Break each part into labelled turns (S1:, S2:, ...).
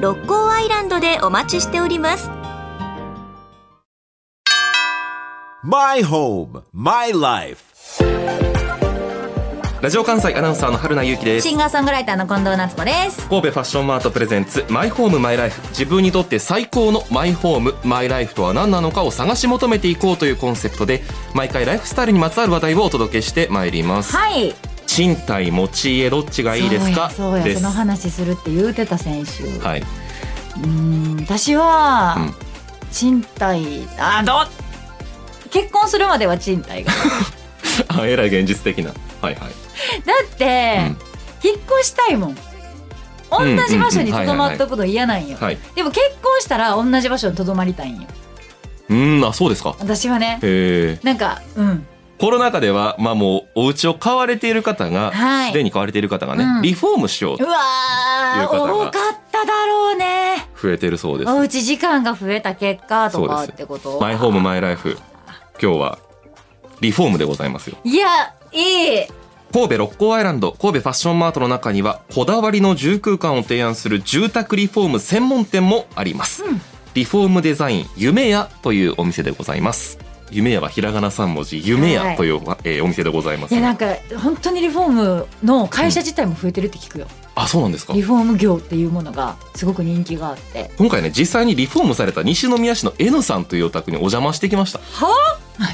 S1: 六甲アイランドでお待ちしております
S2: My home, my life.
S3: ラジオ関西アナウンサーの春名由紀です
S4: シンガーソングライターの近藤夏子です。
S3: 神戸ファッションマートプレゼンツマイホームマイライフ自分にとって最高のマイホームマイライフとは何なのかを探し求めていこうというコンセプトで毎回ライフスタイルにまつわる話題をお届けしてまいります、
S4: はい。
S3: 賃貸持ち家どっちがいいですか
S4: そうやそう
S3: で
S4: や、そ
S3: す
S4: の
S3: は
S4: 話するって言うてた先週。
S3: い、
S4: うん、私は、
S3: うん
S4: 賃貸、あ、ど結婚するまでは 賃貸が。
S3: あえらい現実的なはいはい
S4: だって、引っ越したいもん。同じ場所にとどまっとくの嫌なんよ。
S3: はい
S4: でも結婚したら同じ場所にとどまりたいんよ。
S3: うーんあそうですか
S4: 私はね、
S3: へえ
S4: なんか、うん。
S3: コロナ禍ではまあもうお家を買われている方がすで、
S4: はい
S3: に買われている方がね、
S4: うん
S3: リフォームしよう
S4: う
S3: と
S4: わ
S3: い
S4: ー、
S3: う方が
S4: 多かっただろうね。
S3: 増えてるそうです
S4: おうち時間が増えた結果と
S3: そ
S4: か
S3: う
S4: っ
S3: です
S4: てこと
S3: マイホームマイライフ今日はリフォームでございますよ
S4: いや、いい。
S3: 神戸六甲アイランド神戸ファッションマートの中にはこだわりの住空間を提案する住宅リフォーム専門店もあります、
S4: うん
S3: リフォームデザイン夢屋というお店でございます夢屋はひらがな3文字夢
S4: は
S3: 屋
S4: い
S3: という、えーお店でございま
S4: い
S3: す
S4: やなんか本当にリフォームの会社自体も増えてるって聞くよ、
S3: あそうなんですか
S4: リフォーム業っていうものがすごく人気があって
S3: 今回ね実際にリフォームされた西宮市の N さんというお宅にお邪魔してきました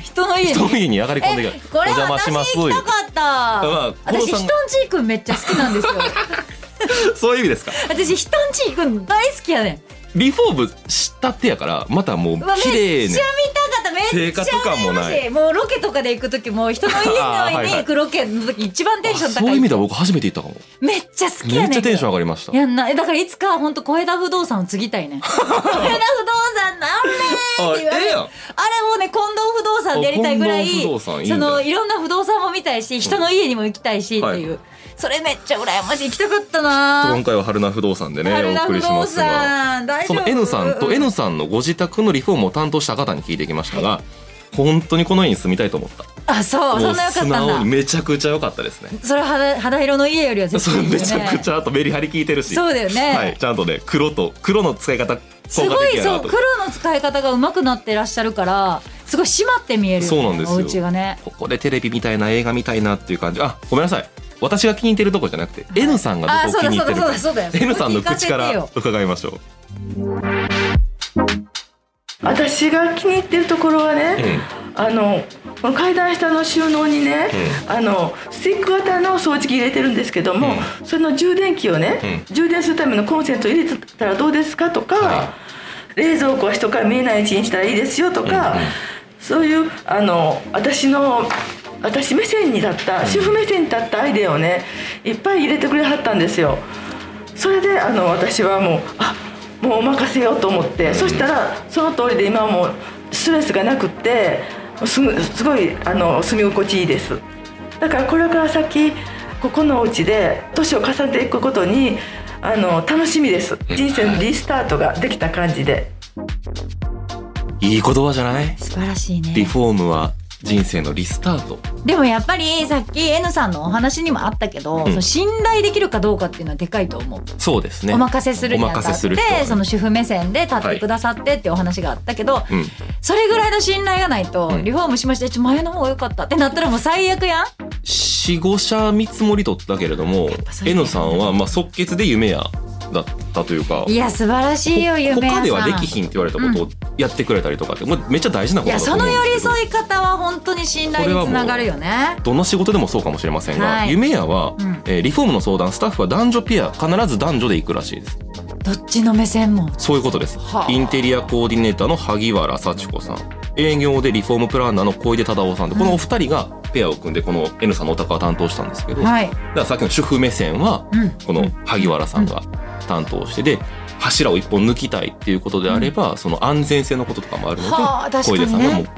S4: 人の家
S3: 人の
S4: に
S3: 家に上がり込んでき
S4: え
S3: た
S4: これ
S3: お邪魔し
S4: 私
S3: ます
S4: 行きたかった、
S3: まあ
S4: 私
S3: こ
S4: 人
S3: のさ
S4: ん
S3: ん
S4: ち行くんめっちゃ好きな んですよ
S3: そういう意味ですか
S4: 私人んち行くん大好きやねん
S3: リフォームしたってやからまたもう
S4: うわめっち
S3: 綺
S4: ゃ
S3: 麗
S4: 見
S3: ね
S4: たかっためっちゃ
S3: 生活感もない
S4: 羨ましもうロケとかで行く時も人の家
S3: あー
S4: の
S3: はい
S4: 家に
S3: はい
S4: 行くロケの時一番テンション
S3: あそう
S4: 高
S3: いう
S4: い
S3: 意味では僕初めて行ったかも
S4: めっちゃ好き
S3: め
S4: やね
S3: っ
S4: ん
S3: ちゃテンション上がりました
S4: やんなえだからいつか本当小枝不動産を継ぎ たいね小枝不動産なんねーって言われ
S3: あええ
S4: る
S3: やん
S4: あれもうね近藤不動産でやりたいぐら
S3: あ
S4: い
S3: 近藤不動産いいんだ
S4: そのいろんな不動産も見たいし人の家にも行きたいしっていう、
S3: はい
S4: それめっちゃ羨ましい行きたかったな
S3: 今回は春名不動産でね
S4: 春
S3: お
S4: 名
S3: 送
S4: 不
S3: りしま
S4: 動
S3: すが
S4: 産大
S3: そ
S4: 丈夫
S3: の N さんと N さんのご自宅のリフォームを担当した方に聞いてきましたが本当にこの家に住みたいと思った
S4: あそ
S3: も
S4: うそ
S3: うん
S4: なよかった
S3: 素
S4: ん
S3: 直
S4: だ
S3: にめちゃくちゃ良かったですね
S4: それは肌肌色の家よりは絶
S3: そう
S4: 対いいよね
S3: めちゃくちゃあとメリハリ効いてるし
S4: そうだよね
S3: はい、ちゃんとね黒と黒の使い方効
S4: す
S3: 果
S4: ごい
S3: 的や
S4: そ
S3: な
S4: う
S3: と
S4: 黒の使い方が上手くなってらっしゃるからすごい締まって見えるよね
S3: そうなんですよ
S4: お家がね
S3: ここでテレビみたいな映画みたいなっていう感じあごめんなさい私が気に入ってるとこじゃなくて、N さんがどこを気に入ってる
S4: あそうだ
S3: か
S4: そうだそうだそうだよ
S3: N さんの口か
S4: 聞かせて
S3: ら
S4: よ
S3: 伺いましょ
S5: 私が気に入ってるところは
S3: う、う
S5: ね、
S3: ん
S5: あのこの階段下の収納にね、あのスティック型の掃除機入れてるんですけども、それの充電器をね、充電するためのコンセント入れてたらどうですかとか、
S3: は
S5: 冷蔵庫は人から見えない位置にしたらいいですよとか、そういうあの私の私目線に立った主婦目線に立ったアイデアをねいっぱい入れてくれはったんですよ。それであの私はもうあもうお任せようと思って、そしたらその通りで今はもうストレスがなくってすぐすごいあの住み心地いいですだからこれから先ここのお家で年を重ねていくことにあの楽しみです人生のリスタートができた感じで。
S3: いい言葉じゃない
S4: 素晴らしいね
S3: リフォームは人生のリスタート。
S4: でもやっぱりさっき N さんのお話にもあったけど、その信頼できるかどうかっていうのはでかいと思う、
S3: そうですね。
S4: お任せするにあ
S3: お
S4: た
S3: 任せ
S4: っ
S3: す
S4: て、
S3: る人はね
S4: その主婦目線で立ってくださってっていうお話があったけど、
S3: うん、
S4: それぐらいの信頼がないと、
S3: うん
S4: リフォームしましたちょ前の方が良かったってなったらもう最悪やん
S3: 四五社見積もり取ったけれども
S4: ぱそう、いう
S3: N さんはまあ即決で夢やだったというか。
S4: いや素晴らしいよ夢屋
S3: 他
S4: さん
S3: ではできひんって言われたことをやってくれたりとかって、もうめっちゃ大事なこと
S4: いや
S3: だと
S4: そ
S3: 思う
S4: の
S3: ん
S4: 寄
S3: で
S4: り
S3: すけど
S4: 添い方は本当に信頼につながるよね
S3: どの仕事でもそうかもしれませんが、
S4: はい
S3: 夢屋は、
S4: うん
S3: えーリフォームの相談スタッフは男女ペア必ず男女で行くらしいです
S4: どっちの目線も
S3: そういうことです、
S4: はあ
S3: インテリアコーディネーターの萩原幸子さん営業でリフォームプランナーの小出忠夫さんでこのお二人がペアを組んでこの N さんのお宅は担当したんですけど、だ
S4: はい
S3: からさっきの主婦目線は
S4: うん
S3: この萩原さんが担当してで柱を一本抜きたいっていうことであれば、その安全性のこととかもあるので、
S4: はあ確
S3: 小
S4: かにね
S3: 出さんがもう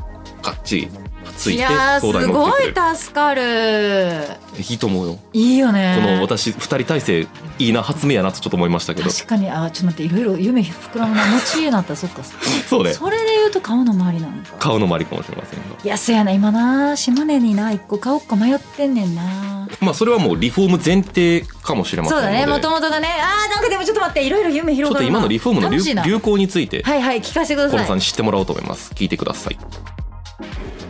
S3: がっちりつい
S4: い
S3: て
S4: やー
S3: 東大
S4: す
S3: に乗って
S4: ご
S3: くれ
S4: い
S3: る
S4: 助かる
S3: いいと思うよ
S4: いいよね
S3: この私二人体制いいな発明やなとちょっと思いましたけど
S4: 確かにあちょっと待っていろいろ夢膨らむな持ち家なったらそっか
S3: そうね
S4: それで言うと顔の周りなのか
S3: 買うのもありかもしれませんが
S4: いやそやな今な島根にな一個買おうか迷ってんねんな
S3: まあそれはもうリフォーム前提かもしれません
S4: そ
S3: の
S4: う
S3: で
S4: だねもともとがねあーなんかでもちょっと待っていろいろ夢
S3: ちょ
S4: 広
S3: っ
S4: が
S3: と
S4: るな
S3: 今のリフォームの流
S4: 楽しいな
S3: 流行について
S4: はいはい聞かせてく
S3: コロ
S4: だ
S3: さ
S4: さ
S3: ん
S4: い
S3: に知ってもらおうと思います聞いてください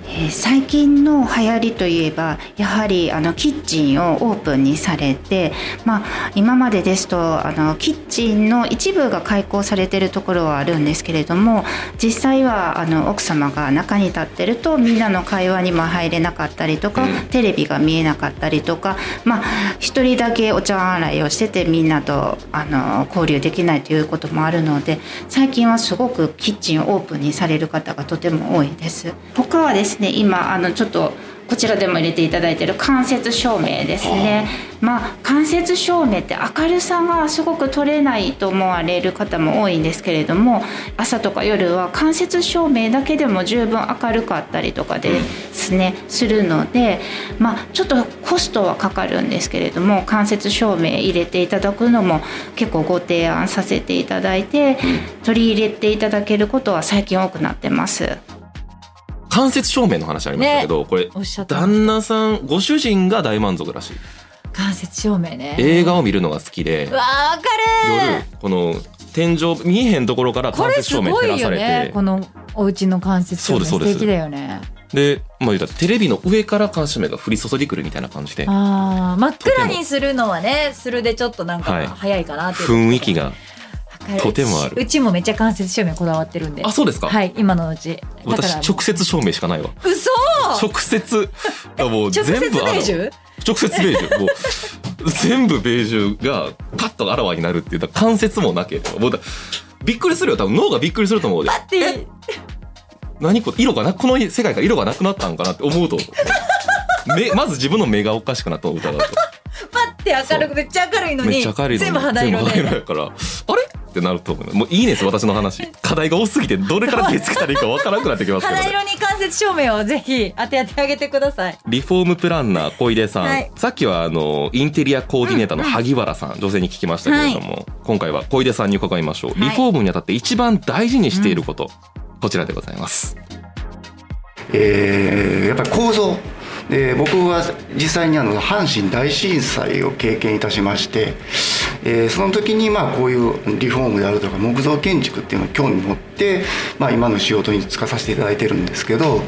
S6: えー最近の流行りといえばやはりあのキッチンをオープンにされて、まあ、今までですとあのキッチンの一部が開校されてるところはあるんですけれども実際はあの奥様が中に立ってるとみんなの会話にも入れなかったりとか、テレビが見えなかったりとか、まあ、一人だけお茶洗いをしててみんなとあの交流できないということもあるので最近はすごくキッチンをオープンにされる方がとても多いです他はですね今あのちょっとこちらでも入れていただいている間接照明ですね、まあ、間接照明って明るさがすごく取れないと思われる方も多いんですけれども朝とか夜は間接照明だけでも十分明るかったりとかですね、するので、まあ、ちょっとコストはかかるんですけれども間接照明入れていただくのも結構ご提案させていただいて取り入れていただけることは最近多くなってます。
S3: 間接照明の話ありましたけど、これ
S4: おっしゃった
S3: 旦那さんご主人が大満足らしい
S4: 間接照明ね
S3: 映画を見るのが好きで
S4: うわーわか
S3: 夜
S4: る
S3: この天井見えへんところから
S4: こ
S3: 間
S4: れ
S3: 接
S4: す
S3: 照明
S4: ご
S3: 照ら
S4: い
S3: さ
S4: よ
S3: れ
S4: ね
S3: て
S4: このお家の間接照明
S3: そう
S4: 素
S3: ですそうです
S4: 敵だよね
S3: でまあ言うたらテレビの上から監視照明が降り注いでくるみたいな感じで
S4: あー真っ暗にするのはねするでちょっとなん
S3: はい
S4: か早いかなっていう
S3: 雰囲気が
S4: 明るい
S3: とてもある
S4: うちもめっちゃ間接照明こだわってるんで
S3: あそうですか、
S4: はい今のうちだから
S3: 私直接照明しかないわ
S4: 嘘
S3: 直接あもう
S4: 直接ベ
S3: 全部あ
S4: ージ
S3: の
S4: ュ
S3: 直接ベージュもう全部ベージュがパッとあらわになるっていうだから関節もなければもうだびっくりするよ多分脳がびっくりすると思うで
S4: パッて
S3: 何これ色がなこの世界から色がなくなったんかなって思うと目まず自分の目がおかしくなったの歌だと
S4: パッて明るくめっちゃ明るいの
S3: めっ
S4: に
S3: ちゃ明るいの
S4: 全部肌色
S3: 全部肌色
S4: で
S3: やからあれってなると思うもういいです私の話課題が多すぎてどれから手つけたらいいかわからなくなってきますけど
S4: 肌
S3: ね
S4: 色に間接照明をぜひ当て当てあげてください
S3: リフォームプランナー小出さん、
S4: はい
S3: さっきはあのインテリアコーディネーターの萩原さん、女性に聞きましたけれども、今回は小出さんに伺いましょう、リフォームにあたって一番大事にしていること、こちらでございます
S7: えーやっぱり構造で僕は実際にあの阪神大震災を経験いたしまして、えーその時にまあこういうリフォームであるとか木造建築っていうのに興味持って、まあ、今の仕事に就かさせていただいてるんですけど、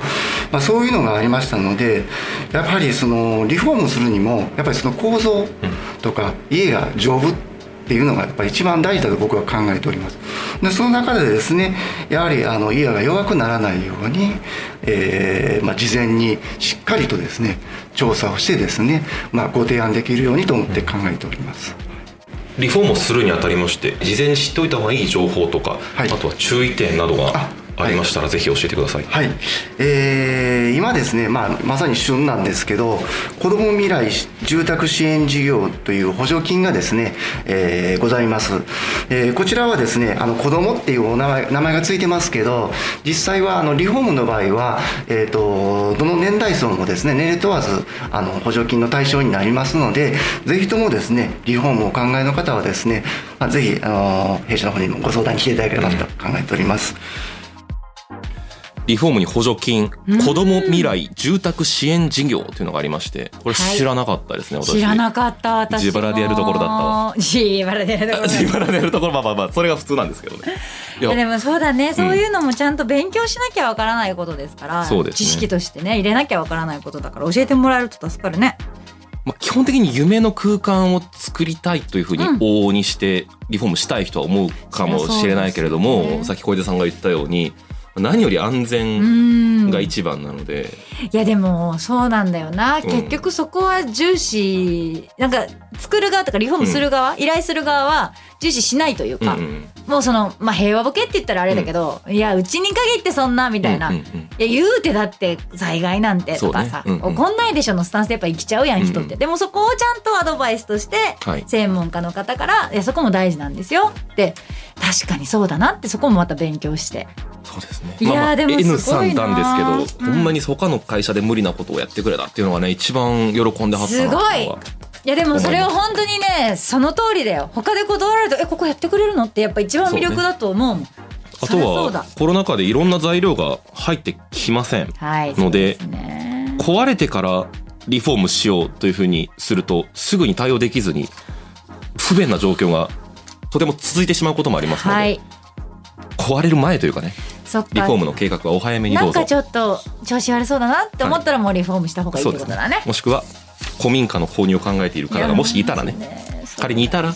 S7: まあ、そういうのがありましたのでやっぱりそのリフォームするにもやっぱりその構造とか家が丈夫っていうのがやっぱり一番大事だと僕は考えておりますでその中でですねやはりあの家が弱くならないように、えーまあ、事前にしっかりとですね調査をしてですね、まあ、ご提案できるようにと思って考えております、
S3: リフォームをするにあたりまして事前に知っておいた方がいい情報とか、
S7: はい
S3: あとは注意点などが
S7: あ
S3: ありましたら、ぜひ教えてください
S7: はい、えー今ですね、まあ、まさに旬なんですけど子ども未来住宅支援事業という補助金がですね、えーございます、えーこちらはですねあの子どもっていうお名前名前がついてますけど実際はあのリフォームの場合は、えー、とどの年代層もですね年齢問わずあの補助金の対象になりますのでぜひともですねリフォームをお考えの方はですね、まあ、ぜひあの弊社の方にもご相談に来ていただければと考えております、
S3: リフォームに補助金子ども未来住宅支援事業というのがありましてこれ知らなかったですね、私
S4: 知らなかった私も
S3: 自腹でやるところだったわ
S4: 自腹でやるところだった
S3: 自腹でやるところまあまあまあそれが普通なんですけどねい
S4: い
S3: や
S4: やでもそうだね、そういうのもちゃんと勉強しなきゃわからないことですから
S3: そうですね
S4: 知識としてね入れなきゃわからないことだから教えてもらえると助かるね
S3: まあ、基本的に夢の空間を作りたいというふうに
S4: うん
S3: 往々にしてリフォームしたい人は思うかもしれないけれども、
S4: そりゃそうですね
S3: さっき小出さんが言ったように何より安
S4: う
S3: 全
S4: ん
S3: が
S4: い
S3: 一番なので、
S4: やでもそうなんだよな、
S3: ん
S4: 結局そこは重視なんか作る側とかリフォームする側、依頼する側は重視しないという
S3: うんう
S4: か、
S3: ん
S4: もうその、まあ、平和ボケって言ったらあれだけど、いやうちに限ってそんなみたいな、
S3: うんう
S4: い
S3: ん
S4: や言うてだって災害なんてとかさ、
S3: そうねうんうん
S4: 怒んないでしょのスタンスでやっぱ生きちゃうやん人って、
S3: うんうん
S4: でもそこをちゃんとアドバイスとして
S3: はい
S4: 専門家の方から、いやそこも大事なんですよって確かにそうだなってそこもまた勉強して
S3: そうですね
S4: いやー
S3: まあまあ
S4: でも
S3: N
S4: すご
S3: さ
S4: い
S3: ん
S4: な
S3: なんですけど、
S4: うん
S3: ほんまに他の会社で無理なことをやってくれたっていうのがね一番喜んではったなってうのは
S4: すごいいやでもそれは本当にねその通りだよ他で断られると「えここやってくれるの?」ってやっぱ一番魅力だと思うもん
S3: あと
S4: そりゃそうだ
S3: はコロナ禍でいろんな材料が入ってきません
S4: はい
S3: ので
S4: そうすね
S3: 壊れてからリフォームしようというふうにするとすぐに対応できずに不便な状況がとても続いてしまうこともありますので、
S4: はい
S3: 壊れる前というかね
S4: そっか
S3: リフォームの計画はお早めに
S4: な
S3: ど
S4: ん
S3: うぞ
S4: かちょっと調子悪そうだなって思ったらもうリフォームした方がいいってことだね,、
S3: もしくは古民家の購入を考えている方がもしいたらね仮にいたら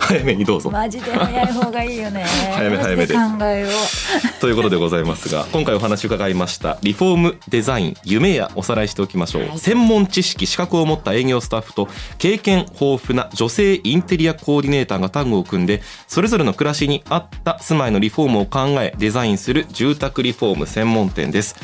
S3: 早めにどうぞ
S4: マジで早い方がいいよね
S3: 早め早めで
S4: マジ考えよう
S3: ということでございますが今回お話伺いましたリフォームデザイン夢やおさらいしておきましょう、専門知識資格を持った営業スタッフと経験豊富な女性インテリアコーディネーターがタッグを組んでそれぞれの暮らしに合った住まいのリフォームを考えデザインする住宅リフォーム専門店です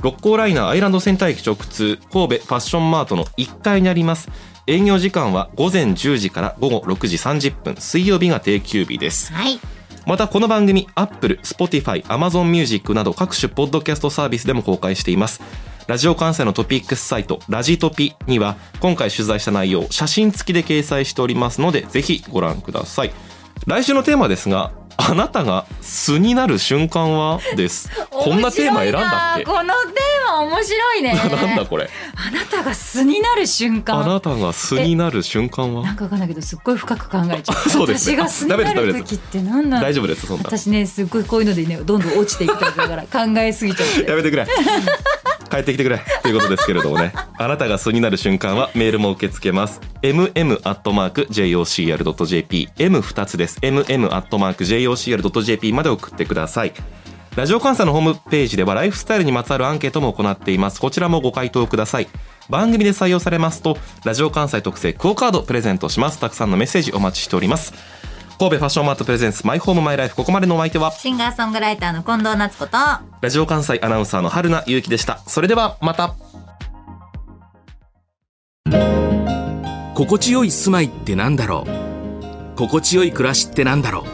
S3: 六甲ライナーアイランドセンター駅直通神戸ファッションマートの1階にあります営業時間は午前10時から午後6時30分水曜日が定休日です
S1: はい
S3: またこの番組 Apple、Spotify、Amazon Music など各種ポッドキャストサービスでも公開していますラジオ関西のトピックスサイトラジトピには今回取材した内容を写真付きで掲載しておりますのでぜひご覧ください来週のテーマですがあなたが素になる瞬間はですこんなテーマ選んだっけ
S4: 面白いなこのテー マ面白いね
S3: なんだこれ
S4: あなたが素になる瞬間
S3: あなたが素になる瞬間
S4: なん
S3: は
S4: かわかんないけどすっごい深く考えちゃう
S3: そうですね
S4: 私が素にな
S3: ダメですダ
S4: る
S3: メです
S4: 時って何なんだろう
S3: 大丈夫ですそんな
S4: 私ねすっごいこういうのでねどんどん落ちていくタイプだから考えすぎちゃって
S3: やめてくれ帰ってきてくれということですけれどもねあなたが素になる瞬間はメールも受け付けます mm.jocr.jp m2 つです mm.jocr.jp まで送ってくださいラジオ関西のホームページではライフスタイルにまつわるアンケートも行っていますこちらもご回答ください番組で採用されますとラジオ関西特製クオカードプレゼントしますたくさんのメッセージお待ちしております神戸ファッションマートプレゼンツマイホームマイライフここまでのお相手は
S1: シンガーソングライターの近藤夏子と
S3: ラジオ関西アナウンサーの春名ゆうきでした。それではまた。
S8: 心地よい住まいってなんだろう心地よい暮らしってなんだろ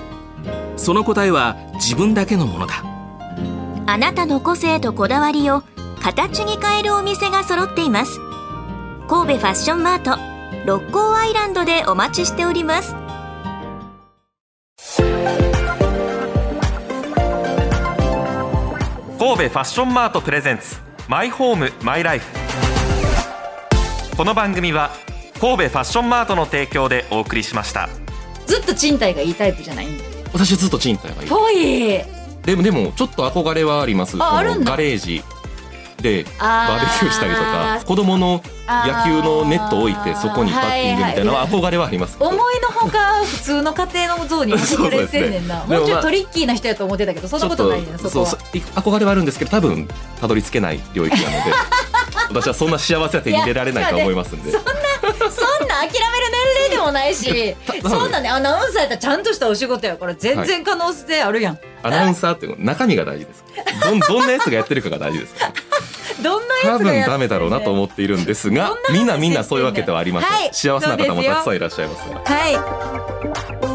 S8: うその答えは自分だけのものだ
S1: あなたの個性とこだわりを形に変えるお店が揃っています神戸ファッションマート六甲アイランドでお待ちしております
S3: 神戸ファッションマートプレゼンツマイホームマイライフ。この番組は神戸ファッションマートの提供でお送りしました。
S4: ずっと賃貸がいいタイプじゃない
S3: 私はずっと賃貸がいい。
S4: ぽい
S3: でもでもちょっと憧れはあります。
S4: あある
S3: こ
S4: んだ
S3: のガレージでバ
S4: あ
S3: ーベキューしたりとか、子供の野球のネットを置いてそこにバッティングみたいなのは憧れはあります。
S4: 思いのほか普通の家庭の像 に
S3: そ
S4: 隠
S3: うで
S4: れ
S3: すね
S4: てんねん
S3: で
S4: な、
S3: もまあ
S4: もうちょいトリッキーな人やと思ってたけどそんなことないねん
S3: ちょ
S4: そ
S3: っとそう
S4: こは
S3: そうい憧れはあるんですけど多分たどり着けない領域なの で私はそんな幸せは手に入れられないと思いますんで
S4: いやそんな諦める年齢でもな いしそんなねアナウンサーやったらちゃんとしたお仕事やから全然可能性あるやん、
S3: アナウンサーって中身が大事ですどん どんなやつがやってるかが大事です
S4: どんなや
S3: 多
S4: つが
S3: 分
S4: や
S3: ダメだろうなと思っているんですがみんなみんなそういうわけではありません、
S4: はい
S3: 幸せな方もたくさんいらっしゃいます
S4: はい